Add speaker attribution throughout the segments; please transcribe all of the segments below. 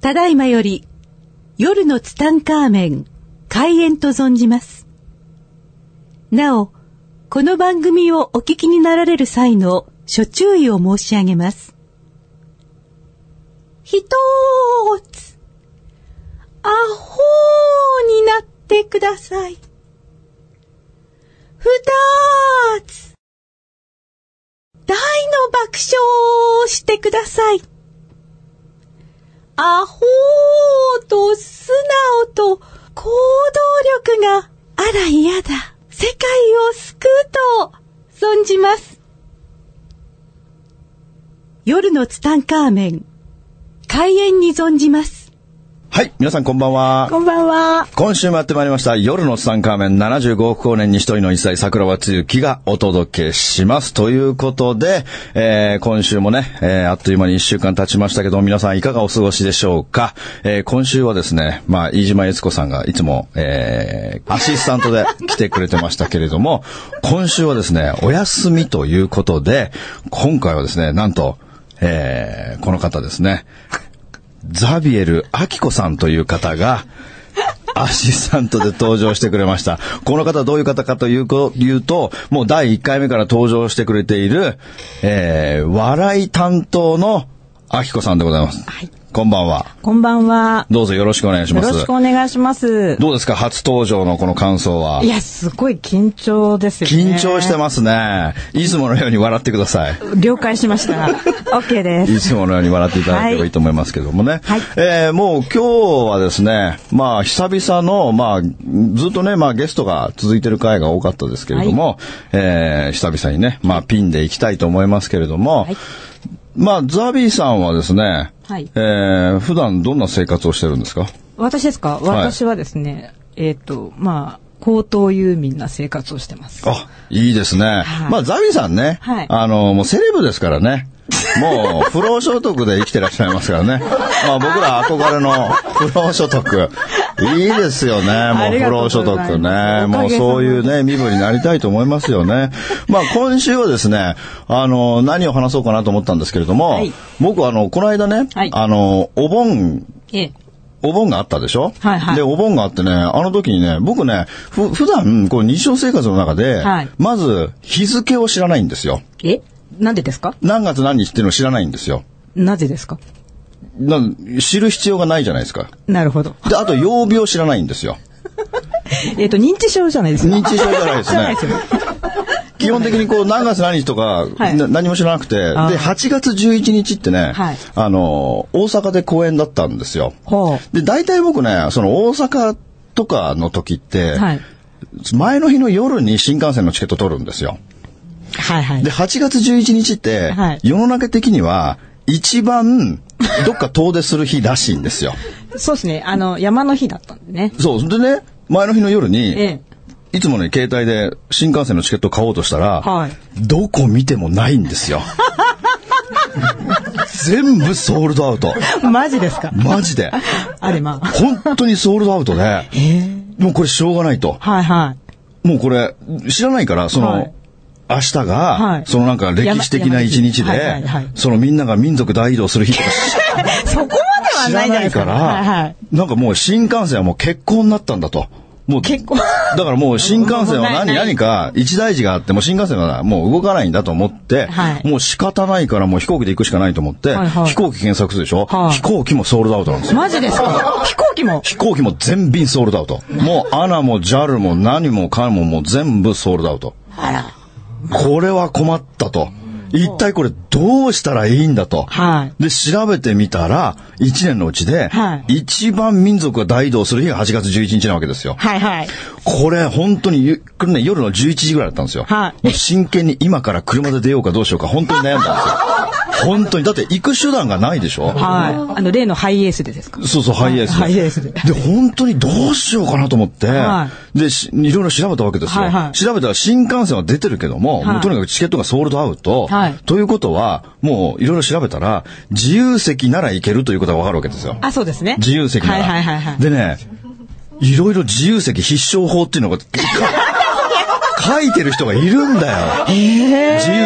Speaker 1: ただいまより、夜のツタンカーメン、開演と存じます。なお、この番組をお聞きになられる際の、諸注意を申し上げます。ひとーつ、アホーになってください。ふたーつ、大の爆笑をしてください。アホーと素直と行動力があら嫌だ。世界を救うと存じます。夜のツタンカーメン、開演に存じます。
Speaker 2: はい、皆さんこんばんは。
Speaker 1: こんばんは。
Speaker 2: 今週もやってまいりました、夜のツタンカーメン75億光年に一人の一歳桜庭つゆきがお届けします。ということで、えー、今週もね、えー、あっという間に一週間経ちましたけど、皆さんいかがお過ごしでしょうか。えー、今週はですね、まあ、飯島悦子さんがいつも、えー、アシスタントで来てくれてましたけれども、今週はですね、お休みということで、今回はですね、なんと、えー、この方ですね、ザビエル・アキコさんという方が、 アシスタントで登場してくれました。この方はどういう方かというと、言うと、もう第1回目から登場してくれている、えー、笑い担当のアキコさんでございます。こんばんは。
Speaker 3: こんばんは。
Speaker 2: どうぞよろしくお願いし
Speaker 3: よ
Speaker 2: ます。
Speaker 3: ろしくお願いします。。
Speaker 2: どうですか初登場のこの感想はい
Speaker 3: や、すごい緊張ですよね。
Speaker 2: 緊張してますね。いつものように笑ってください。
Speaker 3: す。了解しま した。OK です。
Speaker 2: いつものように笑っていただければいいと思いますけどもね。
Speaker 3: はい
Speaker 2: えーもう今日はですね、まあ久々の、まあずっとね、まあゲストが続いてる回が多かったですけれども、えー久々にね、まあピンで行きたいと思いますけれども、
Speaker 3: はい
Speaker 2: まあザビーさんはですね、
Speaker 3: はい
Speaker 2: えー普段どんな生活をしてるんですか
Speaker 3: 私ですか私はですね、えっ、と、まあ、高等遊民な生活をしてます。
Speaker 2: あ、いいですね。
Speaker 3: い
Speaker 2: まあ、ザビさんね、
Speaker 3: はい
Speaker 2: あの、もうセレブですからね。もう、不労所得で生きてらっしゃいますから ね。まあ、僕ら憧れの不労所得。いいですよね。も
Speaker 3: あ
Speaker 2: う
Speaker 3: り
Speaker 2: 不
Speaker 3: がとう
Speaker 2: 労
Speaker 3: ござ
Speaker 2: 所
Speaker 3: います
Speaker 2: 得ね。も
Speaker 3: おかげさま
Speaker 2: う
Speaker 3: で
Speaker 2: そういうね、身分になりたいと思いますよね。まあ、今週はですね、あの、何を話そうかなと思ったんですけれども、
Speaker 3: はい
Speaker 2: 僕、あの、この間ね、
Speaker 3: はい
Speaker 2: あの、お盆
Speaker 3: ええ。
Speaker 2: お盆があったでしょ
Speaker 3: はいはい
Speaker 2: で、お盆があってね、あの時にね、僕ね、ふ、普段、こう日常生活の中で、
Speaker 3: はい
Speaker 2: まず、日付を知らないんですよ。
Speaker 3: えなんでですか
Speaker 2: 何月何日っていうのを知らないんですよ。
Speaker 3: なぜですか
Speaker 2: なん知る必要がないじゃないですか。
Speaker 3: なるほど。
Speaker 2: で、あと、曜日を知らないんですよ。
Speaker 3: えっ、と、認知症じゃないですか
Speaker 2: 認知症じ ゃないです
Speaker 3: じゃない
Speaker 2: ね
Speaker 3: です。よね。
Speaker 2: 基本的にこう、何月何日とか、
Speaker 3: はい
Speaker 2: な何も知らなくて、で、
Speaker 3: あー
Speaker 2: 8月11日ってね、
Speaker 3: はい
Speaker 2: あの、大阪で公演だったんですよ。
Speaker 3: ほう。
Speaker 2: で、大体僕ね、その大阪とかの時って、
Speaker 3: はい。
Speaker 2: 前の日の夜に新幹線のチケット取るんですよ。
Speaker 3: はいはい
Speaker 2: で、。8月11日って、
Speaker 3: はい
Speaker 2: 世の中的には、一番、どっか遠出する日らしいんですよ。
Speaker 3: そうですね。あの、山の日だったんでね。
Speaker 2: そう。でね、前の日の夜に、
Speaker 3: ええ。
Speaker 2: いつもね、携帯で新幹線のチケット買おうとしたら、
Speaker 3: はい
Speaker 2: どこ見てもないんですよ。 全部ソールドアウト。
Speaker 3: マジですか
Speaker 2: マジで。
Speaker 3: あれまあ。
Speaker 2: 本当にソールドアウトで、もうこれしょうがないと。
Speaker 3: はい はい。
Speaker 2: もうこれ、知らないから、その、
Speaker 3: はい
Speaker 2: 明日が、
Speaker 3: はい
Speaker 2: そのなんか歴史的
Speaker 3: 山
Speaker 2: な
Speaker 3: 山
Speaker 2: 一日で、
Speaker 3: はいはいはい
Speaker 2: そのみんなが民族大移動す る日とか
Speaker 3: そこまでは
Speaker 2: 知
Speaker 3: な
Speaker 2: ら
Speaker 3: いじゃ
Speaker 2: な
Speaker 3: ない
Speaker 2: い
Speaker 3: ですか。
Speaker 2: から、
Speaker 3: はいはい。
Speaker 2: なんかもう新幹線はもう欠航になったんだと。もう
Speaker 3: 結構。
Speaker 2: だからもう新幹
Speaker 3: も
Speaker 2: 線は
Speaker 3: うな
Speaker 2: 何、
Speaker 3: い
Speaker 2: 何か一大事があって、もう新幹線はもう動かないんだと思って、
Speaker 3: はい
Speaker 2: もう仕方ないからもう飛行機で行くしかないと思って、
Speaker 3: はいはい
Speaker 2: 飛行機検索するでしょ、
Speaker 3: はい
Speaker 2: 飛行機もソールドアウトなんですよ。
Speaker 3: マジですか飛行機も
Speaker 2: 飛行機も全便ソールドアウト。もう ANA も JAL も何もかももう全部ソールドアウト。これは困ったと。一体これどうしたらいいんだと。
Speaker 3: はい。
Speaker 2: で、調べてみたら、1年のうちで
Speaker 3: は、い
Speaker 2: 一番民族が大移動する日が8月11日なわけですよ。
Speaker 3: はいはい。
Speaker 2: これ、本当にゆ、これね、夜の11時ぐらいだったんですよ。
Speaker 3: はい
Speaker 2: もう真剣に今から車で出ようかどうしようか、本当に悩んだんですよ。本当に。だって行く手段がないでしょ
Speaker 3: はい。あの、例のハイエースでですか
Speaker 2: そうそう、ハイエースで。
Speaker 3: はいハイエースで
Speaker 2: 本当にどうしようかなと思って、
Speaker 3: は
Speaker 2: で、しいろいろ調べたわけですよ。
Speaker 3: はいはい
Speaker 2: 調べたら新幹線は出てるけども、
Speaker 3: はい
Speaker 2: もうとにかくチケットがソールドアウト。
Speaker 3: はい
Speaker 2: ということは、もういろいろ調べたら、自由席なら行けるということがわかるわけですよ。
Speaker 3: あ、そうですね。
Speaker 2: 自由席な
Speaker 3: は
Speaker 2: ら。
Speaker 3: いはいはいはい。
Speaker 2: でね、いろいろ自由席必勝法っていう のが、書いてる人がいるんだよ。自由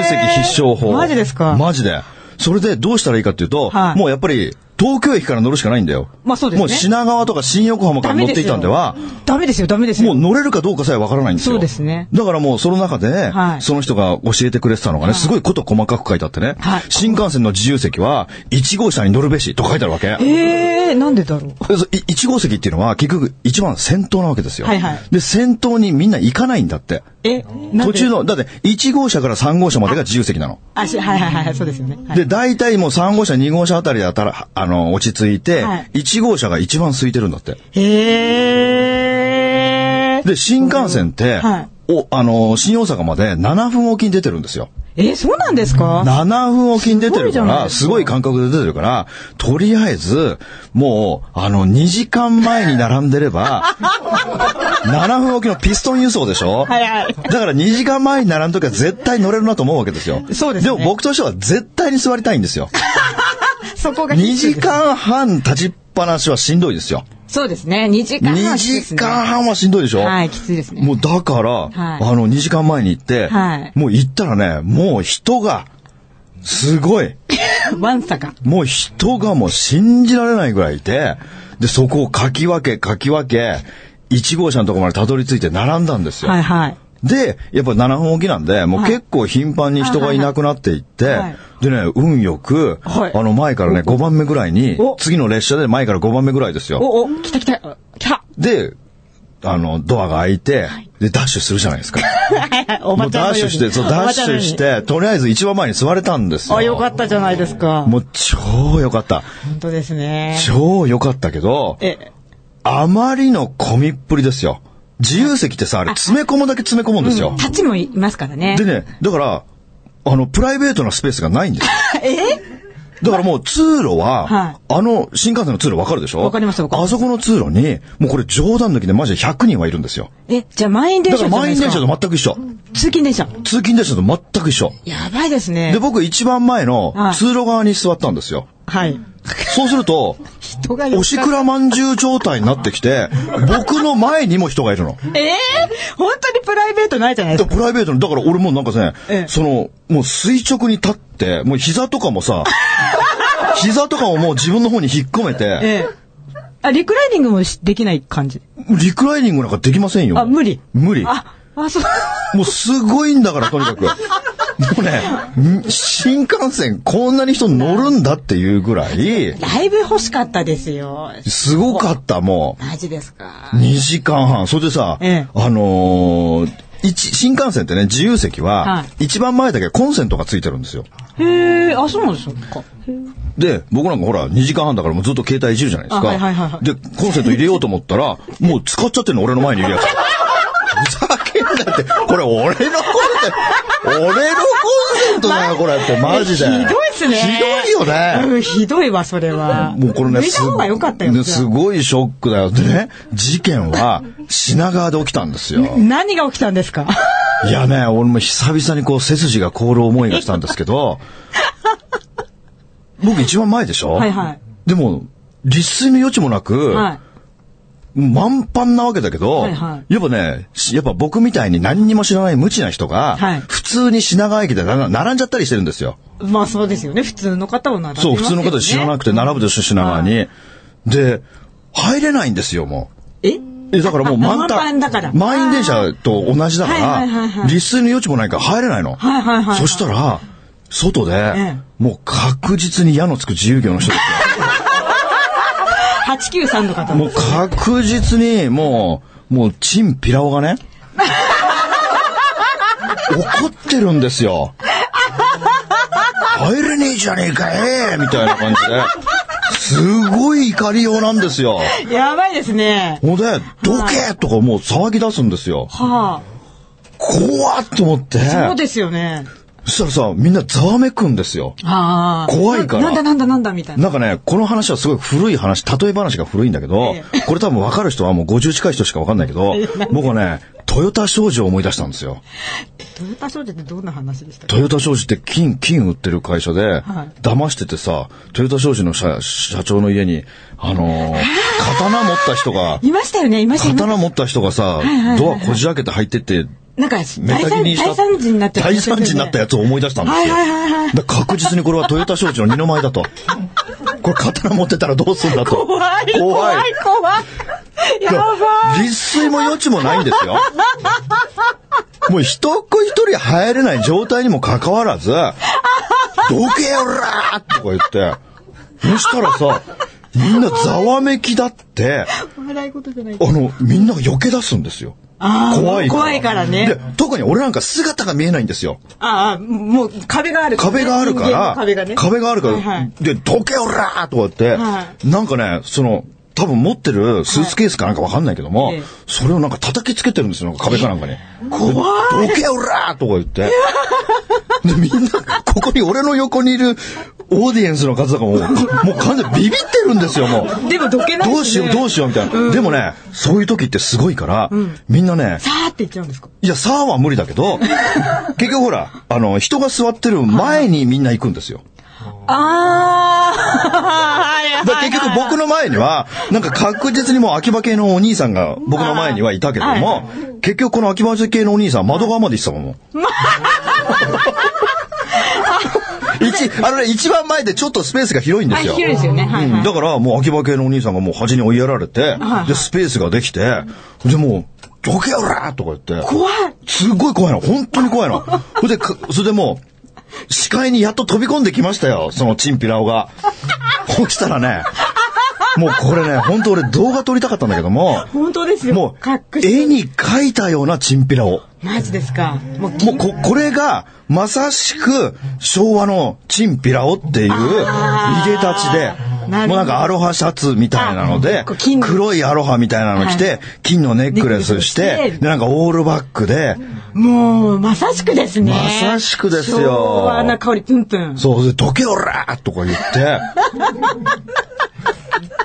Speaker 2: 席必勝法。
Speaker 3: マジですか
Speaker 2: マジで。それでどうしたらいいかっていうと、
Speaker 3: はい
Speaker 2: もうやっぱり、東京駅から乗るしかないんだよ。
Speaker 3: まあそうですね
Speaker 2: もう品川とか新横浜から乗っていたんでは、
Speaker 3: ダメですよ、ダメです
Speaker 2: も
Speaker 3: よ。
Speaker 2: う乗れるかどうかさえわからないんですよ。
Speaker 3: そうですね
Speaker 2: だからもうその中で、
Speaker 3: はい
Speaker 2: その人が教えてくれてたのがね、すごいこと細かく書いてあってね、
Speaker 3: はい
Speaker 2: 新幹線の自由席は1号車に乗るべしとか書いてあるわけ。
Speaker 3: ええなんでだろう。
Speaker 2: 1号席っていうのは結局一番先頭なわけですよ。
Speaker 3: はいはい
Speaker 2: で、先頭にみんな行かないんだって。
Speaker 3: え、なん
Speaker 2: 途
Speaker 3: で
Speaker 2: 中。の、だって1号車から3号車までが自由席なの。
Speaker 3: あ、しはいはいはいはい、そうですよね。はい
Speaker 2: で、大体もう3号車、2号車あたりだったら、あの、落ち着いて、
Speaker 3: はい
Speaker 2: 1号車が一番空いてるんだって。
Speaker 3: えー。
Speaker 2: で、新幹線って、
Speaker 3: はい
Speaker 2: お、あの、新大阪まで7分おきに出てるんですよ。
Speaker 3: えー、そうなんですか
Speaker 2: 7分おきに出てる
Speaker 3: すごいじ
Speaker 2: か
Speaker 3: ゃない
Speaker 2: ら、
Speaker 3: ですか
Speaker 2: すごい感覚で出てるから、とりあえず、もう、あの、2時間前に並んでれば、7分おきのピストン輸送でしょ
Speaker 3: はいはい
Speaker 2: だから2時間前に並んどきは絶対乗れるなと思うわけですよ。
Speaker 3: そうですね
Speaker 2: でも僕としては絶対に座りたい んですよ。
Speaker 3: そこが
Speaker 2: 2時間半立ちっぱなしはしんどいですよ。
Speaker 3: そうですね、2時間半
Speaker 2: 2
Speaker 3: はきついで
Speaker 2: 時
Speaker 3: すね。
Speaker 2: 間半はしんどいでしょ
Speaker 3: はい、きついですね。
Speaker 2: もうだから、
Speaker 3: はい
Speaker 2: あの、2時間前に行って、
Speaker 3: はい
Speaker 2: もう行ったらね、もう人が、すごい。
Speaker 3: ワンサか。
Speaker 2: もう人がもう信じられないぐらいいて、で、そこをかき分け、かき分け、1号車のとこまでたどり着いて並んだんですよ。
Speaker 3: はいはい。
Speaker 2: で、やっぱ7分おきなんで、もう
Speaker 3: はい
Speaker 2: 結構頻繁に人がいなくなっていって、
Speaker 3: はいはい
Speaker 2: でね、運よく、
Speaker 3: はい
Speaker 2: あの前からね、5番目ぐらいに
Speaker 3: お、
Speaker 2: 次の列車で前から5番目ぐらいですよ。
Speaker 3: お、お、来た来た、来た。
Speaker 2: で、あの、ドアが開いて、で、ダッシュするじゃないですか。
Speaker 3: はいはい、 お
Speaker 2: も
Speaker 3: ば
Speaker 2: う
Speaker 3: ちゃん
Speaker 2: ダッ
Speaker 3: のよ
Speaker 2: シ
Speaker 3: う
Speaker 2: ュ
Speaker 3: に
Speaker 2: して、そう、ダ
Speaker 3: おば
Speaker 2: ッシュし。
Speaker 3: ちゃんのよ
Speaker 2: て、とりあえず一番前に座れたんです
Speaker 3: うにあ、よ
Speaker 2: よ。
Speaker 3: かったじゃないですか。
Speaker 2: もう超良かった。
Speaker 3: 本当ですね。
Speaker 2: 超良かったけど、
Speaker 3: え、
Speaker 2: あまりの込みっぷりですよ。自由席ってさ、あれ詰め込むだけ詰め込むんですよ。
Speaker 3: タッチもいますからね。
Speaker 2: でね、だから、あの、プライベートなスペースがない んですよ。だからもう通路は、
Speaker 3: はい
Speaker 2: あの、新幹線の通路わかるでしょ
Speaker 3: わかりますわかり
Speaker 2: あ
Speaker 3: ます
Speaker 2: そこの通路に、もうこれ冗談抜きでマジで100人はいるんですよ。
Speaker 3: え、じゃあ満員電
Speaker 2: だか
Speaker 3: 車
Speaker 2: ら
Speaker 3: じゃな
Speaker 2: 満
Speaker 3: いで
Speaker 2: 員
Speaker 3: す
Speaker 2: 電
Speaker 3: か
Speaker 2: 車と全く一緒。
Speaker 3: 通勤電車。
Speaker 2: 通勤電車と全く一緒。
Speaker 3: やばいですね。
Speaker 2: で、僕一番前の
Speaker 3: はい
Speaker 2: 通路側に座ったんですよ。
Speaker 3: はい。
Speaker 2: そうす ると、
Speaker 3: 人が
Speaker 2: おしくらまんじゅう状態になってきて、僕の前にも人がいるの。
Speaker 3: ええ本当にプライベートないじゃないで
Speaker 2: です
Speaker 3: か。
Speaker 2: プライベートの、だから俺もうなんかね、
Speaker 3: ええ
Speaker 2: その、もう垂直に立って、もう膝とかも さ、膝とかももう自分の方に引っ込めて、
Speaker 3: ええあ、リクライニングもしできない感じ。
Speaker 2: リクライニングなんかできませんよ。
Speaker 3: あ、無理。
Speaker 2: 無理。
Speaker 3: あ、あ、そう。
Speaker 2: もうすごいんだから、と にかく。もうね、ん新幹線こんなに人乗るんだっていうぐらい、
Speaker 3: だいぶ欲しかったですよ。
Speaker 2: すごかった、もう。
Speaker 3: マジですか。
Speaker 2: 2時間半。それでさ、
Speaker 3: ええ
Speaker 2: あのー一新幹線ってね、自由席
Speaker 3: は
Speaker 2: は、一番前だけコンセントがついてるんですよ。
Speaker 3: へえ、あ、そうなんですか。
Speaker 2: で、僕なんかほら、2時間半だからもうずっと携帯いじるじゃないですか。
Speaker 3: あはいはいはいはい
Speaker 2: で、コンセント入れようと思っ たら、もう使っちゃってんの、俺の前にいるやつ。ふざけんなって、これ俺のコンセント、俺のコンセントだよ、これって、マジで。
Speaker 3: えひどいっすね。
Speaker 2: ひどいよね。
Speaker 3: うん、ひどいわ、それは。
Speaker 2: もうこれね、
Speaker 3: 抜いた方が良かったよ。
Speaker 2: ね
Speaker 3: じゃあ
Speaker 2: すごいショックだよ。でね、事件は品川で起きたんですよ。
Speaker 3: 何が起きたんですか
Speaker 2: いやね、俺も久々にこう背筋が凍る思いがしたんです けど、僕一番前でしょ
Speaker 3: はいはい
Speaker 2: でも、立水の余地もなく、
Speaker 3: はい。
Speaker 2: 満帆なわけだけど、
Speaker 3: はいはい
Speaker 2: やっぱね、しやっぱ僕みたいに何にも知らない無知な人が、
Speaker 3: はい
Speaker 2: 普通に品川駅でな並んじゃったりしてるんですよ。
Speaker 3: まあそうですよね。普通の方を並べます
Speaker 2: そ
Speaker 3: よ
Speaker 2: う、
Speaker 3: ね。
Speaker 2: 普通の方で知らなくて並ぶでしょ、品川に。で、入れないんですよ、もう。
Speaker 3: え
Speaker 2: えだからもう満タ
Speaker 3: あ満帆
Speaker 2: ン。
Speaker 3: だから
Speaker 2: 満員電車と同じだか
Speaker 3: はいはいはいは
Speaker 2: ら、
Speaker 3: い
Speaker 2: 立水の余地もないから入れないの。
Speaker 3: はいはいはいはい
Speaker 2: そしたら、外で
Speaker 3: ええ、
Speaker 2: もう確実に矢のつく自由業の人です
Speaker 3: 893の方
Speaker 2: よ。。もう確実に、もう、もう、チンピラオ がね、怒ってるんですよ。入れねえじゃねえかえみたいな感じで。すごい怒りようなんですよ。
Speaker 3: やばいですね。
Speaker 2: ほんで、どけとかもう騒ぎ出すんですよ。
Speaker 3: は
Speaker 2: 怖っと思って。
Speaker 3: あ。そうですよね。
Speaker 2: そしたらさ、みんなざわめくんですよ。
Speaker 3: ああ。
Speaker 2: 怖いから
Speaker 3: ななんだなんだなんだみたいな。
Speaker 2: なんかね、この話はすごい古い話、例え話が古いんだけど
Speaker 3: え、
Speaker 2: これ多分分かる人はもう50近い人しか分かんないけど、僕はね、トヨタ商事を思い出したんですよ。
Speaker 3: トヨタ商事ってどんな話でしたっけ
Speaker 2: トヨタ商事って金、金売ってる会社で、
Speaker 3: はい
Speaker 2: 騙しててさ、トヨタ商事の社社長の家に、あのー刀持った人が、
Speaker 3: いましたよね、いましたいました
Speaker 2: 刀持った人がさ、ドアこじ開けて入ってって、
Speaker 3: なんか、
Speaker 2: メ
Speaker 3: 大
Speaker 2: タギ
Speaker 3: 惨
Speaker 2: にした
Speaker 3: 大惨事になった
Speaker 2: 大惨事になったやつを思い出したんですよ。
Speaker 3: はいはいはいはい
Speaker 2: だから確実にこれはトヨタ商事の二の前だと。これ刀持ってたらどうすんだと。
Speaker 3: 怖い、怖い、怖い。やばい。
Speaker 2: 立水も余地もないんですよ。もう一子一人入れない状態にもかかわらず、どけよらーとか言って、そしたらさ、みんなざわめきだって、
Speaker 3: 笑い事じゃない。
Speaker 2: あの、みんなが避け出すんですよ。
Speaker 3: あー
Speaker 2: 怖いから。
Speaker 3: 怖いから
Speaker 2: で
Speaker 3: ね。、
Speaker 2: 特に俺なんか姿が見えないんですよ。
Speaker 3: ああ、もう壁がある、
Speaker 2: 壁があるか
Speaker 3: 人間
Speaker 2: ら、
Speaker 3: の壁がね。
Speaker 2: あるから、
Speaker 3: はいはい
Speaker 2: で、どけおらーとか言って、
Speaker 3: は
Speaker 2: なんかね、その、多分持ってるスーツケースかなんかわかんないけども、
Speaker 3: ええ
Speaker 2: それをなんか叩きつけてるんですよ、なんか壁かなんかに。
Speaker 3: 怖
Speaker 2: どけおらーとか言って。で、みんな、ここに俺の横にいるオーディエンスの方とかも、もう完全にビビってるんですよ、も う。
Speaker 3: い。でもどけない、ね。
Speaker 2: どうしよう、どうしよう、みたいな。でもね、そういう時ってすごいから、みんなね、
Speaker 3: さーって言っちゃうんですか
Speaker 2: いや、さあは無理だ けど、結局ほら、あの、人が座ってる前にみんな行くんですよ。
Speaker 3: ああ、
Speaker 2: だから結局僕の前には、なんか確実にもう秋葉系のお兄さんが僕の前にはいたけど
Speaker 3: は
Speaker 2: も、結局この秋葉系のお兄さん窓側まで行ってたもん もう。一、あのね、一番前でちょっとスペースが広いんです
Speaker 3: はい、
Speaker 2: よ。
Speaker 3: 広いですよね。はい、
Speaker 2: うん
Speaker 3: はい。
Speaker 2: だからもう秋葉系のお兄さんがもう端に追いやられて
Speaker 3: は、い
Speaker 2: で、スペースができて、でもう、どけよらーとか言って。
Speaker 3: 怖い。
Speaker 2: すっごい怖いの。本当に怖いの。それで、かそれでもう、視界にやっと飛び込んできましたよ。そのチンピラオが。そしたらね、もうこれね、本当俺動画撮りたかったんだけども、
Speaker 3: 本当ですよ。
Speaker 2: もう
Speaker 3: 隠、し
Speaker 2: 絵に描いたようなチンピラオ。
Speaker 3: マジですか。もう、
Speaker 2: もうこ、これが、まさしく、昭和のチンピラオっていう、い
Speaker 3: あー
Speaker 2: でたちで、
Speaker 3: なるほど
Speaker 2: もうなんかアロハシャツみたいなので
Speaker 3: こう金、の
Speaker 2: 黒いアロハみたいなの
Speaker 3: は
Speaker 2: 着て
Speaker 3: い、
Speaker 2: 金のネックレスし
Speaker 3: ネックレス
Speaker 2: て
Speaker 3: し、て
Speaker 2: で、なんかオールバックで、
Speaker 3: もう、まさしくですね。
Speaker 2: まさしくですよ
Speaker 3: 昭和な香り、プンプン。
Speaker 2: そうで、どけおらーとか言 って、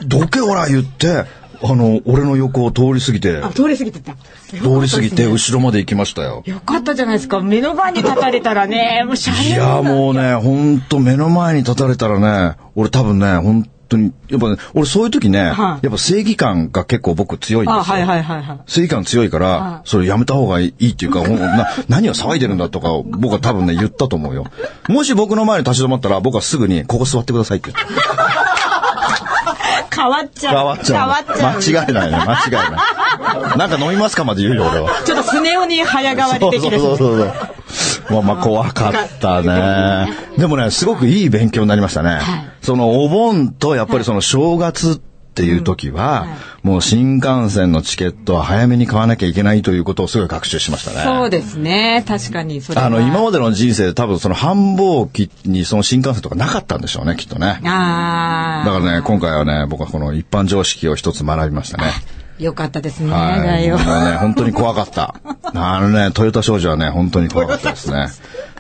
Speaker 2: どけおら言って、あの、俺の横を通り過ぎて
Speaker 3: あ、、通り過ぎてった。
Speaker 2: 通り過ぎて後ろまで行きましたよ。
Speaker 3: よかったじゃないですか。目の前に立たれたらね、もうシャレ
Speaker 2: いや、もうね、ほんと目の前に立たれたらね、俺多分ね、本当に、やっぱね、俺そういう時ね、
Speaker 3: は
Speaker 2: や
Speaker 3: い
Speaker 2: っぱ正義感が結構僕強いんですよ。
Speaker 3: あ、はいはいはいはい。
Speaker 2: 正義感強いから、
Speaker 3: はい
Speaker 2: それやめた方がいいっ ていうか、ほんな何を騒いでるんだとか、僕は多分ね、言ったと思うよ。もし僕の前に立ち止まったら、僕はすぐに、ここ座ってくださいって言った。
Speaker 3: 変わっちゃう。
Speaker 2: 変わっちゃうの。
Speaker 3: 変わっちゃう。
Speaker 2: 間違いないね、間違いない。なんか飲みますかまで言うよ、俺は。
Speaker 3: ちょっとスネ夫に早変わり
Speaker 2: そう
Speaker 3: 的
Speaker 2: そう
Speaker 3: です
Speaker 2: そう
Speaker 3: ね。
Speaker 2: そう。まあまあ怖かったね。でもね、すごくいい勉強になりましたね。そのお盆とやっぱりその正月っていう時は、もう新幹線のチケットは早めに買わなきゃいけないということをすごい学習しましたね。
Speaker 3: そうですね。確かに、それは
Speaker 2: あの、今までの人生で多分その繁忙期にその新幹線とかなかったんでしょうね、きっとね。
Speaker 3: あ
Speaker 2: だ
Speaker 3: あ。
Speaker 2: からね、今回はね、僕はこの一般常識を一つ学びましたね。
Speaker 3: よかったですね、
Speaker 2: はい。
Speaker 3: 内容。
Speaker 2: もうね、本当に怖 かった。あのね、トヨタ少女はね、本当に怖かったですね。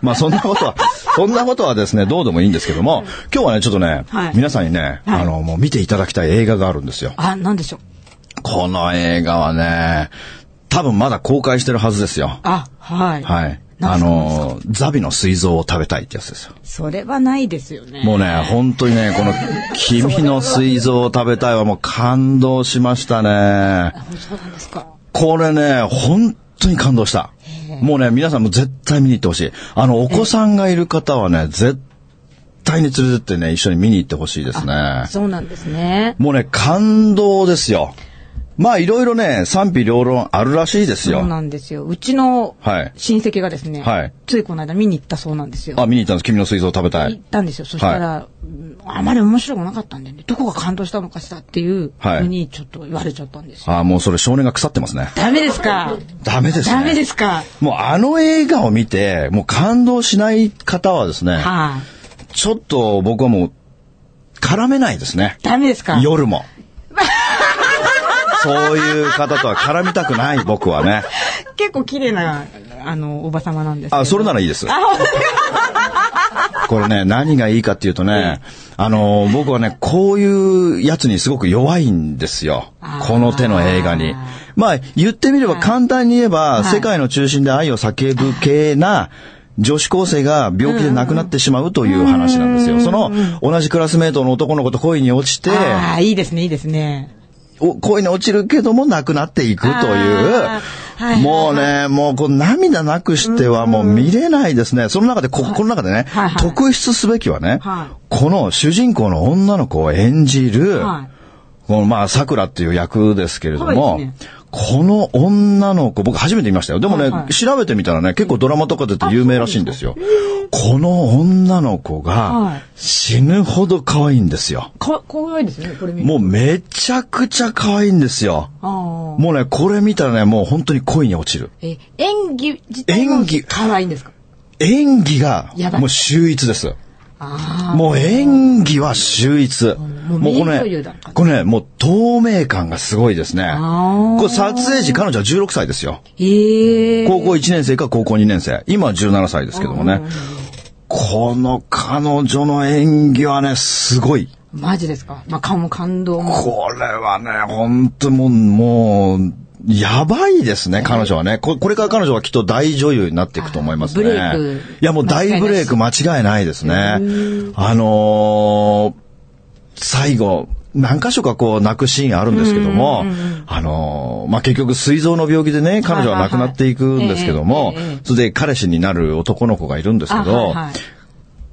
Speaker 2: まあそんなことは、そんなことはですね、どうでもいいんですけども、今日はね、ちょっとね、
Speaker 3: はい
Speaker 2: 皆さんにね、
Speaker 3: はい
Speaker 2: あの、もう見ていただきたい映画があるんですよ。
Speaker 3: あ、なんでしょう。
Speaker 2: この映画はね、多分まだ公開してるはずですよ。
Speaker 3: あ、はい。
Speaker 2: はい。
Speaker 3: な
Speaker 2: あ
Speaker 3: んですかなんですか
Speaker 2: の、ザビの膵臓を食べたいってやつですよ。
Speaker 3: それはないですよね。
Speaker 2: もうね、本当にね、この、君の膵臓を食べたいはもう感動しましたね。
Speaker 3: そうなんですか。
Speaker 2: これね、本当に感動した。もうね、皆さんも絶対見に行ってほしい。あの、お子さんがいる方はね、絶対に連れてってね、一緒に見に行ってほしいですね。
Speaker 3: そうなんですね。
Speaker 2: もうね、感動ですよ。まあ、いろいろね、賛否両論あるらしいです
Speaker 3: そう
Speaker 2: よ。
Speaker 3: なんですよ。うちの
Speaker 2: はい
Speaker 3: 親戚がですね、
Speaker 2: はい
Speaker 3: ついこの間見に行ったそうなんですよ。
Speaker 2: あ、見に行ったんです。君の水臓を食べた
Speaker 3: 行
Speaker 2: い
Speaker 3: っ。たんですよ。そしたら、うんあまり面白くなかったんでね、どこが感動したのかしらっていうふ
Speaker 2: はいう
Speaker 3: にちょっと言われちゃったんですよ。
Speaker 2: あ、もうそれ少年が腐ってますね。
Speaker 3: ダメですか
Speaker 2: ダメですね。
Speaker 3: ダメですか
Speaker 2: もうあの映画を見て、もう感動しない方はですね、
Speaker 3: はい。
Speaker 2: ちょっと僕はもう、絡めないですね。
Speaker 3: ダメですか
Speaker 2: 夜 も。そういう方とは絡みたくない、僕はね。
Speaker 3: 結構綺麗な、あの、おばさまなんですけど
Speaker 2: あ、それならいいです。これね、何がいいかっていうとね、あの、僕はね、こういうやつにすごく弱いんですよ
Speaker 3: あ。ー
Speaker 2: この手の映画に。まあ、言ってみれば、簡単に言え
Speaker 3: は
Speaker 2: ば、
Speaker 3: い
Speaker 2: 世界の中心で愛を叫ぶ系な、女子高生が病気で亡くなってしまうという話なんですよ。その、同じクラスメートの男の子と恋に落ちて、
Speaker 3: ああ、いいですね、いいですね。
Speaker 2: お恋に落ちるけども亡くなっていくという
Speaker 3: あ、ー
Speaker 1: はいはい
Speaker 2: もうね、もうこう涙なくしてはもう見れないですね。その中でこ、この中でね、
Speaker 3: はいはい
Speaker 2: 特筆すべきはね、
Speaker 3: はい
Speaker 2: この主人公の女の子を演じる、
Speaker 3: は
Speaker 2: このまあ、桜っていう役ですけれど
Speaker 3: そ
Speaker 2: も、
Speaker 3: うですね
Speaker 2: この女の子、僕初めて見ましたよ。でもね、
Speaker 3: はいはい
Speaker 2: 調べてみたらね、結構ドラマとか出て有名らしいんですよ。この女の子
Speaker 3: は
Speaker 2: が
Speaker 3: い
Speaker 2: 死ぬほど可愛いんですよ。
Speaker 3: か、怖いですよね、これ見る
Speaker 2: もうめちゃくちゃ可愛いんですよ。
Speaker 3: ああ。
Speaker 2: もうね、これ見たらね、もう本当に恋に落ちる。
Speaker 3: え、演技自体
Speaker 2: 演
Speaker 3: も
Speaker 2: 技
Speaker 3: 可愛いんですか
Speaker 2: 演技が
Speaker 3: やば、い
Speaker 2: もう秀逸です。
Speaker 3: あ
Speaker 2: もう演技は秀逸。
Speaker 3: もう
Speaker 2: もうこ
Speaker 3: 名女優
Speaker 2: れ
Speaker 3: だ
Speaker 2: ね、これね、もう透明感がすごいですね。
Speaker 3: あ
Speaker 2: これ撮影時彼女は16歳ですよ。
Speaker 3: あ。ええ
Speaker 2: 高校1年生か高校2年生。今は17歳ですけどもね。この彼女の演技はね、すごい。
Speaker 3: マジですかまあ、感も感動も。
Speaker 2: これはね、本当もう、もう、やばいですね、彼女はね。ここれから彼女はきっと大女優になっていくと思いますね。
Speaker 3: ブレイク
Speaker 2: いや、もう大ブレイク間違いないですね。あのー最後、何箇所かこう泣くシーンあるんですけども、あのーまあ、結局、膵臓の病気でね、彼女は亡くなっていくんですけど
Speaker 3: は
Speaker 2: も
Speaker 3: いはいはいええええ、
Speaker 2: それで彼氏になる男の子がいるんですけ
Speaker 3: あ
Speaker 2: ど、
Speaker 3: はいはい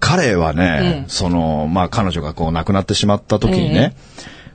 Speaker 2: 彼はね
Speaker 3: ええ、
Speaker 2: その、まあ、彼女がこう亡くなってしまった時にね
Speaker 3: え、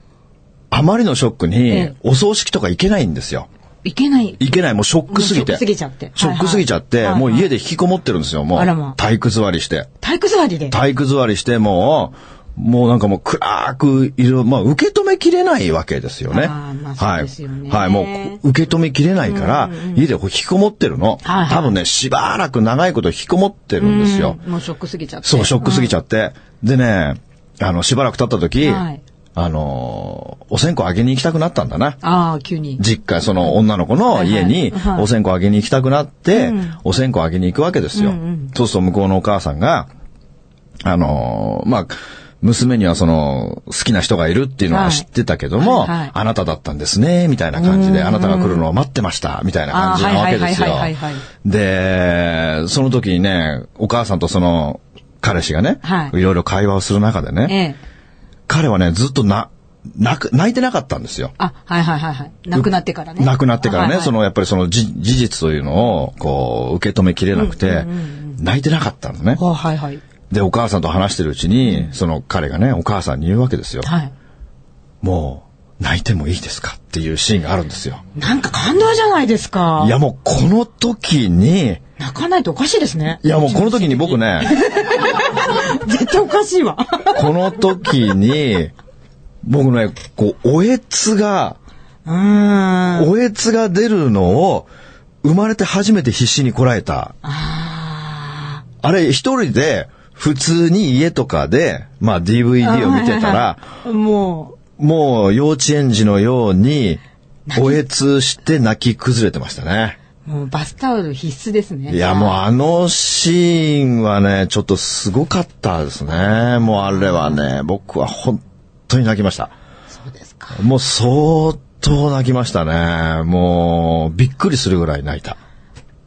Speaker 2: あまりのショックに
Speaker 3: ええ、
Speaker 2: お葬式とか行けないんですよ。
Speaker 3: いけない。
Speaker 2: 行けない、もうショックすぎて。
Speaker 3: もうショックすぎちゃって
Speaker 2: ショックすぎちゃって、
Speaker 3: はいはい
Speaker 2: も
Speaker 3: は
Speaker 2: う
Speaker 3: いはい
Speaker 2: 家で引きこもってるんですよ、もう。
Speaker 3: あらま
Speaker 2: 体育座りして。
Speaker 3: 体育座りで。
Speaker 2: 体育座りして、もう、もうなんかもう暗くいる、まあ受け止めきれないわけですよね。
Speaker 3: あーまあそうですよね
Speaker 2: はい。はい、もうこ受け止めきれないから、家でこう引きこもってるの。
Speaker 3: はいはい
Speaker 2: 多分ね、しばらく長いこと引きこもってるんですよ。
Speaker 3: うんもうショックすぎちゃって。
Speaker 2: そう、ショックすぎち
Speaker 3: ゃ
Speaker 2: ゃって。でね、あの、しばらく経った時、
Speaker 3: はい
Speaker 2: あのー、お線香あげに行きたくなったんだな。
Speaker 3: ああ、急に。
Speaker 2: 実家、その女の子の
Speaker 3: はい
Speaker 2: 家に
Speaker 3: はいはい
Speaker 2: お線香あげに行きたくなって、お線香あげに行くわけですよ。そうすると向こうのお母さんが、あのー、まあ、娘にはその、好きな人がいるっていうの
Speaker 3: は
Speaker 2: はい知ってたけども、
Speaker 3: はいはい
Speaker 2: あなただったんですね、みたいな感じで、あなたが来るのを待ってました、みたいな感じなわけですよ
Speaker 3: あーはいはいはいはいはいはい。
Speaker 2: で、その時にね、お母さんとその、彼氏がね、、
Speaker 3: はいい
Speaker 2: ろいろ会話をする中でね、
Speaker 3: ええ。
Speaker 2: 彼はね、ずっとな、泣く、泣いてなかったんですよ。
Speaker 3: あ、はいはいはいはい。亡くなってからね。
Speaker 2: 亡くなってからね、
Speaker 3: はいはい
Speaker 2: そのやっぱりそのじ事実というのをこう受け止めきれなくて、泣いてなかったのね。
Speaker 3: あはいはい。
Speaker 2: で、お母さんと話してるうちに、その彼がね、お母さんに言うわけですよ。
Speaker 3: はい。
Speaker 2: もう、泣いてもいいですかっていうシーンがあるんですよ。
Speaker 3: なんか感動じゃないですか。
Speaker 2: いやもうこの時に、
Speaker 3: 泣かないとおかしいですね。
Speaker 2: いやもうこの時に僕ね、
Speaker 3: 絶対おかしい わ。
Speaker 2: この時に、僕ね、こう、おえつが、
Speaker 3: うーん。
Speaker 2: おえつが出るのを、生まれて初めて必死にこらえた
Speaker 3: あ
Speaker 2: あれ、一人で、普通に家とかで、まあ DVD を見てたら、
Speaker 3: あ。も
Speaker 2: もう幼稚園児のように、おえつして泣き崩れてましたね。
Speaker 3: う、もうバスタオル必須ですね。
Speaker 2: いや、もうあのシーンはね、ちょっとすごかったですね。もうあれはね、僕は本当に泣きました。
Speaker 3: そうですか。
Speaker 2: もう相当泣きましたね。もう、びっくりするぐらい泣いた。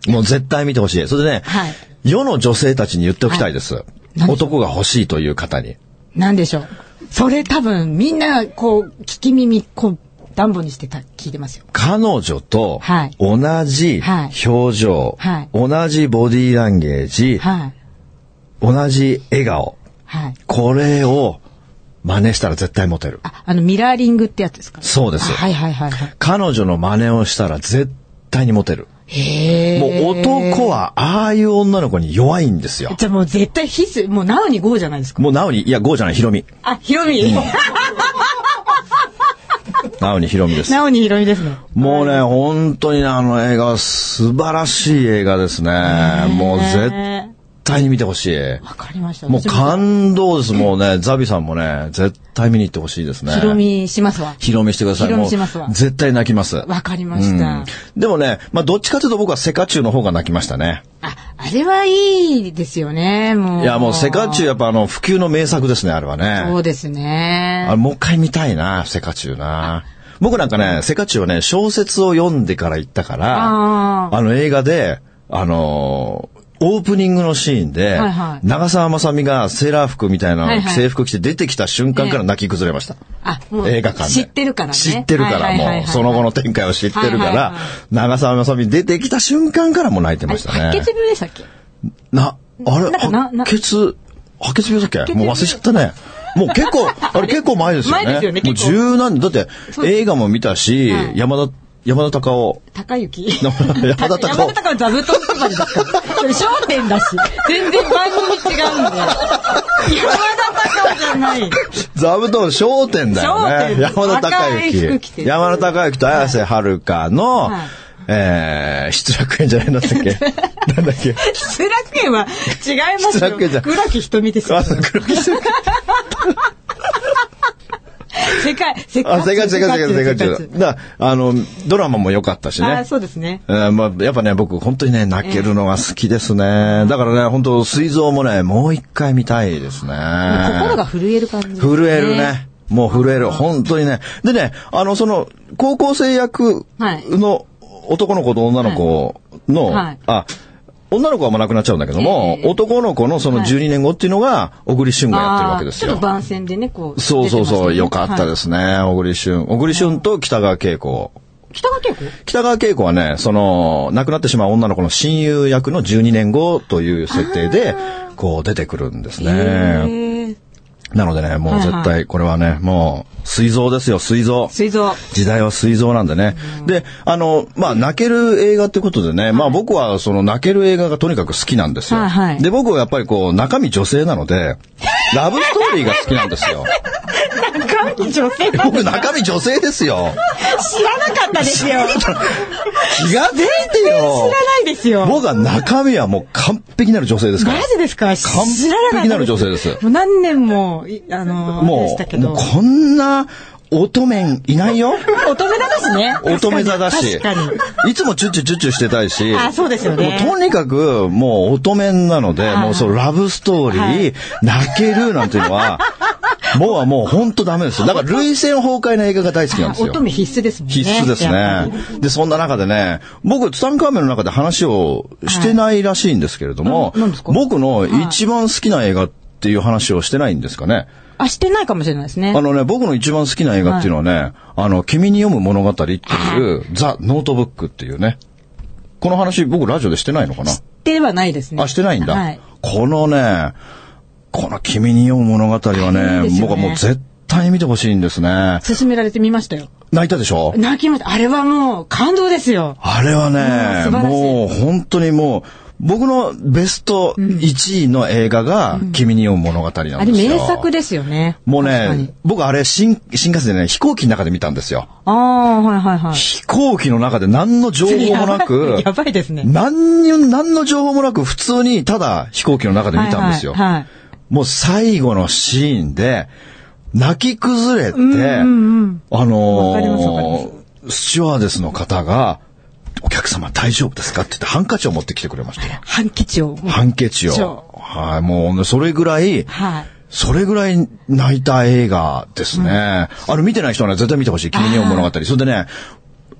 Speaker 2: もう絶対見てほしい。それでね、
Speaker 3: はい
Speaker 2: 世の女性たちに言っておきたいです。
Speaker 3: 何でしょ
Speaker 2: 男が欲しいという方に。
Speaker 3: なんでしょう。それ多分みんな、こう、聞き耳、こう、暖房にしてた、聞いてますよ。
Speaker 2: 彼女と
Speaker 3: はい
Speaker 2: 同じ
Speaker 3: はい
Speaker 2: 表情、
Speaker 3: はい
Speaker 2: 同じボディーランゲージ、
Speaker 3: はい。
Speaker 2: 同じ笑顔、
Speaker 3: はい。
Speaker 2: これを真似したら絶対モテる。
Speaker 3: あ、あの、ミラーリングってやつですか
Speaker 2: そうです
Speaker 3: あはいはいはいはい。
Speaker 2: 彼女の真似をしたら絶対にモテる。
Speaker 3: へえ。
Speaker 2: もう男はああいう女の子に弱いんですよ。
Speaker 3: じゃあもう絶対必須、もうなおに GO じゃないですか。
Speaker 2: もうなおに、いや、ゴーじゃない、ヒロミ。
Speaker 3: あ、ヒロミ。
Speaker 2: なおにヒロミです。
Speaker 3: なおにヒロミですね。
Speaker 2: もうね、本当にねあの映画は素晴らしい映画ですね。もう絶
Speaker 3: え
Speaker 2: 対に見てほしい。
Speaker 3: ーわかりました。
Speaker 2: もう
Speaker 3: 私ヒ
Speaker 2: 感動です。もうね、ザビさんもね、絶対見に行ってほしいですね。
Speaker 3: ロ。ミしますわ。
Speaker 2: ヒロミしてください。
Speaker 3: ヒロミ
Speaker 2: もう
Speaker 3: しますわ
Speaker 2: 絶対泣きます。
Speaker 3: わかりました。
Speaker 2: うんでもね、まあどっちかというと僕はセカチュウの方が泣きましたね。
Speaker 3: あ、あれはいいですよね、もう。
Speaker 2: いやもうセカチュウやっぱあの普及の名作ですね、あれは
Speaker 3: そう
Speaker 2: ね。
Speaker 3: ですね
Speaker 2: あ。れもう一回見たいな、セカチュウな。僕なんかね、セカチュウはね、小説を読んでから行ったから、
Speaker 3: あ
Speaker 2: あの映画で、あのーオープニングのシーンで、
Speaker 3: はいはい
Speaker 2: 長澤まさみがセーラー服みたいな、
Speaker 3: はいはい
Speaker 2: 制服着て出てきた瞬間から
Speaker 3: ええ
Speaker 2: 泣き崩れました。
Speaker 3: あ、もう
Speaker 2: 映画館で。
Speaker 3: 知ってるからね。
Speaker 2: 知ってるから、
Speaker 3: はいはいはいはい
Speaker 2: もう、その後の展開を知ってるか
Speaker 3: はいはい
Speaker 2: ら
Speaker 3: はい、
Speaker 2: 長澤まさみ出てきた瞬間からもう泣いて
Speaker 3: あ
Speaker 2: ま
Speaker 3: れ
Speaker 2: したね。
Speaker 3: 白血病でしたっけ
Speaker 2: な、あれ、
Speaker 3: なんかな
Speaker 2: 白
Speaker 3: な
Speaker 2: 血、白血病だっけ
Speaker 3: 血病
Speaker 2: もう忘れちゃったね。もう結構、あれ結構前ですよね。
Speaker 3: 前ですよね
Speaker 2: もう
Speaker 3: 結構
Speaker 2: 十何年、だって
Speaker 3: そう
Speaker 2: 映画も見たし、
Speaker 3: はい
Speaker 2: 山田、山田隆夫。
Speaker 3: 高雪。
Speaker 2: 山田
Speaker 3: 山
Speaker 2: 隆
Speaker 3: 田
Speaker 2: 夫。
Speaker 3: 高の座布団配りですかそれ焦点だし。全然番組違うんで。山 田高じゃない。
Speaker 2: 座布団焦点だよ
Speaker 3: 焦
Speaker 2: ね。
Speaker 3: 点
Speaker 2: 山田孝
Speaker 3: 赤い服着て
Speaker 2: 之。
Speaker 3: る
Speaker 2: 山田孝之と綾瀬はるかの、
Speaker 3: はい
Speaker 2: えー、失楽園じゃないんだったっ けなんだっけ
Speaker 3: 失楽園は違います
Speaker 2: 失楽園じゃ
Speaker 3: よ。黒木瞳ですよ
Speaker 2: あ。そう黒木さん
Speaker 3: 世界、世界。
Speaker 2: あ、せかちせかちせかちせかち。だあの、ドラマも良かったしね。
Speaker 3: あ、そうですね。
Speaker 2: えーまあ、やっぱね、僕、本当にね、泣けるのが好きですね。だからね、本当、水蔵もね、もう一回見たいですね。
Speaker 3: 心が震える感じ。
Speaker 2: 震える。ね。もう震える。本当にね。でね、あの、その、高校生役
Speaker 3: はい
Speaker 2: の男の子と女の子の、
Speaker 3: はい
Speaker 2: あ、女の子はもう亡くなっちゃうんだけども、
Speaker 3: ええ
Speaker 2: 男の子のその
Speaker 3: はい
Speaker 2: 12年後っていうのが、小栗旬がやってるわけです
Speaker 3: ちょっ
Speaker 2: よ
Speaker 3: と。番宣でね、こう。。
Speaker 2: そうそうそう、よかったですすね、小栗旬。小栗旬と北川景子。
Speaker 3: 北川景子
Speaker 2: 北川景子はね、その、亡くなってしまう女の子の親友役の12年後という設定で、こう出てくるんですね。
Speaker 3: へー
Speaker 2: なのでね、もう絶
Speaker 3: はいは
Speaker 2: 対これはね、もう、水蔵ですよ、水蔵。
Speaker 3: 水蔵。
Speaker 2: 時代は水蔵なんでね。で、あの、まあ、泣ける映画ってことでね、まあ僕はその泣ける映画がとにかく好きなんですよ。
Speaker 3: はいはい
Speaker 2: で、僕はやっぱりこう、中身女性なので、ラブストーリーが好きなんです よ。
Speaker 3: 中身女性知ら
Speaker 2: 僕中身女性ですよ。
Speaker 3: なかったですよ。知ら
Speaker 2: 気がついてよ。
Speaker 3: ないですよ。
Speaker 2: 僕は中身はもう完璧なる女性ですか
Speaker 3: マ
Speaker 2: ら。
Speaker 3: ジですか知
Speaker 2: 完
Speaker 3: らなかった。
Speaker 2: 璧なる女性です。
Speaker 3: もう何年も、いあのー、あれでし
Speaker 2: も
Speaker 3: たけ
Speaker 2: う、も
Speaker 3: ど
Speaker 2: う。こんな乙女いないよ。
Speaker 3: 乙女座だしね。
Speaker 2: 乙女座だし
Speaker 3: 確かに。確か。
Speaker 2: いつもチュッチュチュッチュしてたいし。
Speaker 3: にあ、そうですよ
Speaker 2: もう
Speaker 3: ね。
Speaker 2: とにかく、もう乙女なので、
Speaker 3: はい
Speaker 2: もうそう、ラブストーリー、
Speaker 3: はい
Speaker 2: 泣けるなんていうのは、もうはもうほんとダメですよ。だから、類戦崩壊の映画が大好きなんですよ。
Speaker 3: 乙女必須ですもんね。
Speaker 2: 必須です
Speaker 3: やっぱり。
Speaker 2: ね。で、そんな中でね、僕、ツタンカーメンの中で話をしてないらしいんですけれど
Speaker 3: は
Speaker 2: も、
Speaker 3: いななんですか
Speaker 2: 僕の一番好きな映画っていう話をしてないんですかね。
Speaker 3: あ、してないかもしれないですね。
Speaker 2: あのね、僕の一番好きな映画っていうのはね、あの、君に読む物語っていう、ザ・ノートブックっていうね。この話、僕ラジオでしてないのかな
Speaker 3: ではないですね。
Speaker 2: あ、してないんだ。
Speaker 3: はい。
Speaker 2: このね、この君に読む物語は
Speaker 3: あいい
Speaker 2: ね、
Speaker 3: ですよね
Speaker 2: 僕はもう絶対見てほしいんですね。
Speaker 3: 勧められてみましたよ。
Speaker 2: 泣いたでしょ
Speaker 3: 泣きました。あれはもう感動ですよ。
Speaker 2: あれはね、
Speaker 3: うん素晴らしい
Speaker 2: もう本当にもう、僕のベスト1位の映画が、君に読む物語な
Speaker 3: あ
Speaker 2: ん
Speaker 3: れ
Speaker 2: ですよ。
Speaker 3: 名作ですよね。
Speaker 2: もう
Speaker 3: 確かに
Speaker 2: ね。、僕あれ新、新幹線でね、飛行機の中で見たんですよ。
Speaker 3: ああ、はいはいはい。、
Speaker 2: 飛行機の中で何の情報もなく
Speaker 3: やばいですね。
Speaker 2: 何にも、何の情報もなく、普通にただ飛行機の中で見たんですよ。
Speaker 3: はいはいはい
Speaker 2: もう最後のシーンで、泣き崩れて、
Speaker 3: わかりますわかり
Speaker 2: あ
Speaker 3: ま
Speaker 2: のースチュワーデスの方が、お客様大丈夫ですかって言ってハンカチを持ってきてくれましたよ。
Speaker 3: 半吉を。
Speaker 2: ハンケチ
Speaker 3: そ
Speaker 2: を。はい、もう、それぐらい、
Speaker 3: はい。
Speaker 2: それぐらい泣いた映画ですね。あの、見てない人はね、絶対見てほしい。君に読む物語。それでね、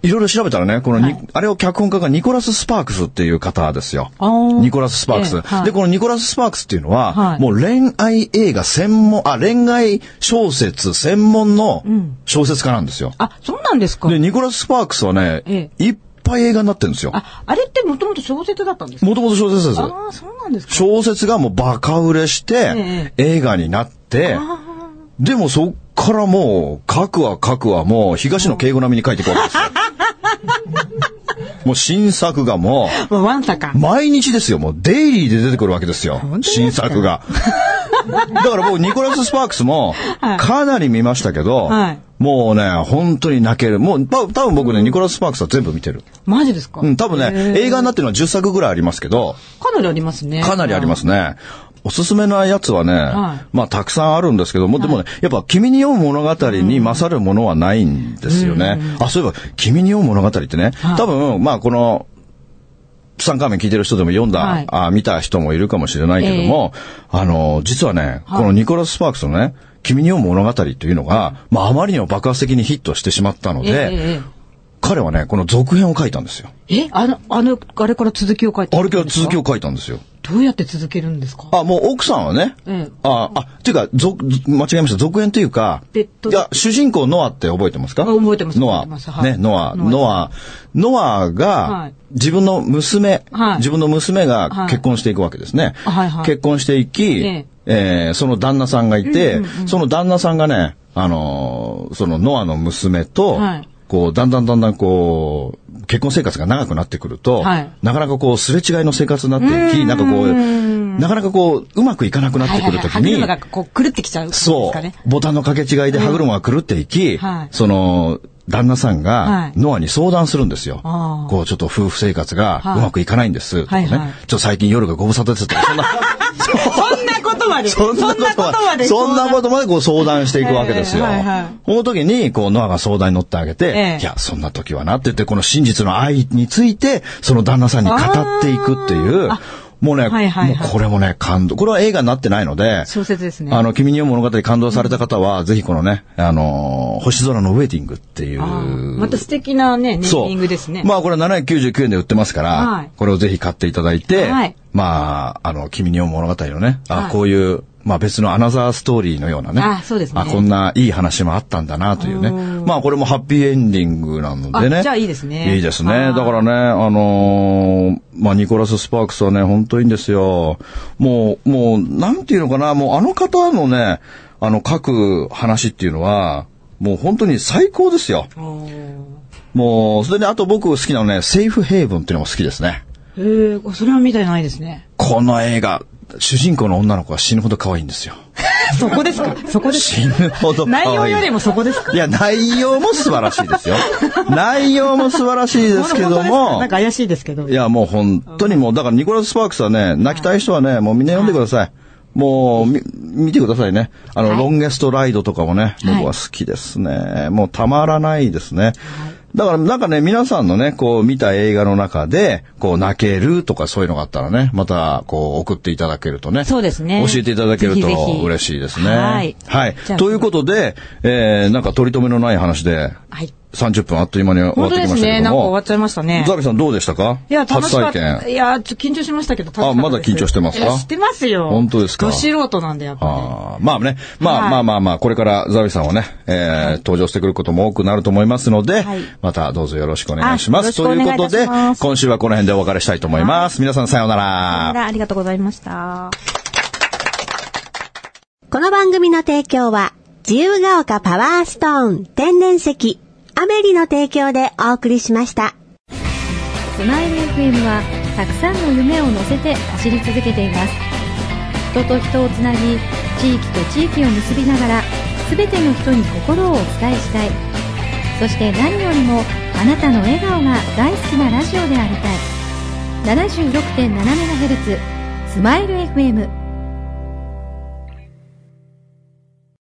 Speaker 2: いろいろ調べたらね、このに、あれを脚本家がニコラス・スパークスっていう方ですよ。
Speaker 3: あー
Speaker 2: ニコラス・スパークス、
Speaker 3: ええはい
Speaker 2: で、このニコラス・スパークスっていうのは、
Speaker 3: はい
Speaker 2: もう恋愛映画専門、あ、恋愛小説専門の小説家なんですよ。
Speaker 3: あ、そうなんですか
Speaker 2: で、ニコラス・スパークスはね、
Speaker 3: え
Speaker 2: いっぱい映画になってるんですよ。
Speaker 3: あ、あれってもともと小説だったんですか
Speaker 2: もともと小説です。
Speaker 3: ああ、そうなんですか
Speaker 2: 小説がもうバカ売れして
Speaker 3: え、
Speaker 2: 映画になって、でもそっからもう、書くは書くはもう、東野敬吾並みに書いていくわけ ですよ。もう新作がも
Speaker 3: まあワンサか
Speaker 2: う、。毎日ですよ。もうデイリーで出てくるわけですよ。
Speaker 3: 本当ですか
Speaker 2: 新作が。だから僕、ニコラス・スパークスも
Speaker 3: はい、
Speaker 2: かなり見ましたけど
Speaker 3: はい、
Speaker 2: もうね、本当に泣ける。もう、た多分僕ね、ニコラス・スパークスは全部見てる。
Speaker 3: マジですか
Speaker 2: うん、多分
Speaker 3: へ
Speaker 2: ね、
Speaker 3: ー
Speaker 2: 映画になってるのは10作ぐらいありますけど、
Speaker 3: かなりありますね。。
Speaker 2: かなりありますすね。おすすめなやつはね、
Speaker 3: は
Speaker 2: まあたくさんあるんですけども、でもね、やっぱ君に読む物語に勝るものはないんですよね。あ、そういえば君に読む物語ってね、
Speaker 3: はい
Speaker 2: 多分、まあこの、三回目聞いてる人でも読んだ、
Speaker 3: はい
Speaker 2: あ見た人もいるかもしれないけども、あの、実はね、
Speaker 3: はい
Speaker 2: このニコラス・スパークスのね、君に読む物語というのが、まああまりにも爆発的にヒットしてしまったので、
Speaker 3: ええええ
Speaker 2: 彼はね、この続編を書いたんですよ。
Speaker 3: えあの、あの、あれから続きを書いて
Speaker 2: あ
Speaker 3: る
Speaker 2: れ
Speaker 3: ん
Speaker 2: から
Speaker 3: です
Speaker 2: 続
Speaker 3: か
Speaker 2: きを書いたんですよ。
Speaker 3: どうやって続けるんですか
Speaker 2: あ、もう奥さんはね、
Speaker 3: ええ
Speaker 2: あ、あ、っていうか、続、間違えました。続編というか、
Speaker 3: 別途
Speaker 2: いや、主人公ノアって覚えてますか
Speaker 3: あ覚えてます
Speaker 2: ノ
Speaker 3: 覚え
Speaker 2: ア。
Speaker 3: てますはい
Speaker 2: ね、ノア。
Speaker 3: ノア
Speaker 2: ノア。ノア
Speaker 3: は
Speaker 2: が
Speaker 3: い、
Speaker 2: 自分の娘、
Speaker 3: はい
Speaker 2: 自分の娘
Speaker 3: は
Speaker 2: が
Speaker 3: い
Speaker 2: 結婚していくわけですね。
Speaker 3: はいはい
Speaker 2: 結婚していき、
Speaker 3: え
Speaker 2: えーその旦那さんがいて、その旦那さんがね、あのーそのノアの娘と、
Speaker 3: はい
Speaker 2: こう、だんだんだんだんこう、結婚生活が長くなってくると、
Speaker 3: はい
Speaker 2: なかなかこう、すれ違いの生活になっていき、なんかこう、なかなかこう、うまくいかなくなってくるとき
Speaker 3: はいはいはい、歯
Speaker 2: に
Speaker 3: 車、がこう、狂ってきちゃう、です
Speaker 2: そ
Speaker 3: かね。
Speaker 2: う、ボタンの掛け違いで歯車が狂っていき、
Speaker 3: はい
Speaker 2: その、旦那さん
Speaker 3: は
Speaker 2: が
Speaker 3: い、
Speaker 2: ノアに相談するんですよ。
Speaker 3: あー
Speaker 2: こう、ちょっと夫婦生活が
Speaker 3: はいう
Speaker 2: まくいかないんです、とかね。
Speaker 3: はいはい
Speaker 2: ちょっと最近夜がご無沙汰ですとか、そんな、
Speaker 3: そんなことまで。
Speaker 2: そんなことまで、そんなことまでこう相談していくわけですよ。
Speaker 3: ええはいはい
Speaker 2: この時に、こう、ノアが相談に乗ってあげて、
Speaker 3: ええ
Speaker 2: いや、そんな時はなって言って、この真実の愛について、その旦那さんに語っていくっていう
Speaker 3: あーあ、
Speaker 2: もうね、
Speaker 3: はいはいはい
Speaker 2: もうこれもね、感動。これは映画になってないので、
Speaker 3: 小説ですね。
Speaker 2: あの、君に読む物語感動された方は、ぜひこのね、あのー星空のウェディングっていう。
Speaker 3: あーまた素敵なね、ネーミングですね。
Speaker 2: まあこれ799円で売ってますから、
Speaker 3: はい
Speaker 2: これをぜひ買っていただいて、
Speaker 3: はい
Speaker 2: まあ、あの、君に読む物語のね、あ、
Speaker 3: はい
Speaker 2: こういう、まあ別のアナザーストーリーのようなね。
Speaker 3: あそうですね
Speaker 2: あ、こんないい話もあったんだなというね。まあこれもハッピーエンディングなのでね。
Speaker 3: あじゃあいいですね
Speaker 2: いいですね。
Speaker 3: はい
Speaker 2: だからね、あのーまあニコラス・スパークスはね、本当いいんですよ。もう、もう、なんていうのかな、もうあの方のね、あの書く話っていうのは、もう本当に最高ですよ。
Speaker 3: おー
Speaker 2: もう、それであと僕好きなのね、セーフヘイブンっていうのも好きですね。
Speaker 3: へえ、それは見たいないですね。
Speaker 2: この映画、主人公の女の子が死ぬほど可愛いんですよ。
Speaker 3: そこですかそこです
Speaker 2: 死ぬほ ど可愛い。
Speaker 3: 内容よりもそこですか
Speaker 2: いや、内容も素晴らしいですよ。内容も素晴らしいですけ
Speaker 3: 本当
Speaker 2: ど
Speaker 3: ですか
Speaker 2: も
Speaker 3: なんか、怪しいですけど。
Speaker 2: いや、もう本当にもう、だからニコラス・スパークスはね、泣きたい人はね、もうみんな読んでください。もう、み、見てくださいね。あの、
Speaker 3: はい
Speaker 2: ロンゲストライドとかもね、
Speaker 3: はい
Speaker 2: 僕は好きですね。もうたまらないですね。だからなんかね、皆さんのね、こう見た映画の中で、こう泣けるとかそういうのがあったらね、またこう送っていただけるとね。
Speaker 3: そうですね
Speaker 2: 教えていただける
Speaker 3: ぜひぜ
Speaker 2: と
Speaker 3: ひ
Speaker 2: 嬉しいですね。
Speaker 3: はい
Speaker 2: はい
Speaker 3: じゃ。あ
Speaker 2: ということで、えー、なんか取り留めのない話で、
Speaker 3: はい。
Speaker 2: 30分あっという間に終わ
Speaker 3: 本
Speaker 2: って
Speaker 3: 当
Speaker 2: き
Speaker 3: で
Speaker 2: ますしたけ
Speaker 3: ね。な
Speaker 2: ど
Speaker 3: んか
Speaker 2: も
Speaker 3: 終わっ。ちゃいましたね。
Speaker 2: ザビさんどうでしたか
Speaker 3: いや、楽しかっ
Speaker 2: 初体
Speaker 3: た。
Speaker 2: 験。
Speaker 3: いや、ちょっと緊張しましたけど、楽しかった
Speaker 2: あまだ緊張してますか
Speaker 3: いやしてますよ。
Speaker 2: 本当ですか
Speaker 3: ど素人なんで、やっぱね。
Speaker 2: あーまあね、まあ、
Speaker 3: はい
Speaker 2: まあまあまあ、これからザビさんはね、えー登場してくることも多くなると思いますので、
Speaker 3: はい
Speaker 2: またどうぞよろしくお願いしま
Speaker 3: あよろ
Speaker 2: す。
Speaker 3: しくお
Speaker 2: と
Speaker 3: 願
Speaker 2: い
Speaker 3: いうい
Speaker 2: こと
Speaker 3: た
Speaker 2: で
Speaker 3: します、
Speaker 2: 今週はこの辺でお別れしたいと思います。皆さんさようなら。
Speaker 4: ありがとうございました。この番組の提供は、自由が丘パワーストーン天然石、アメリの提供でお送りしました。
Speaker 5: スマイル FM はたくさんの夢を乗せて走り続けています人と人をつなぎ地域と地域を結びながら全ての人に心をお伝えしたいそして何よりもあなたの笑顔が大好きなラジオでありたい 76.7MHz スマイル FM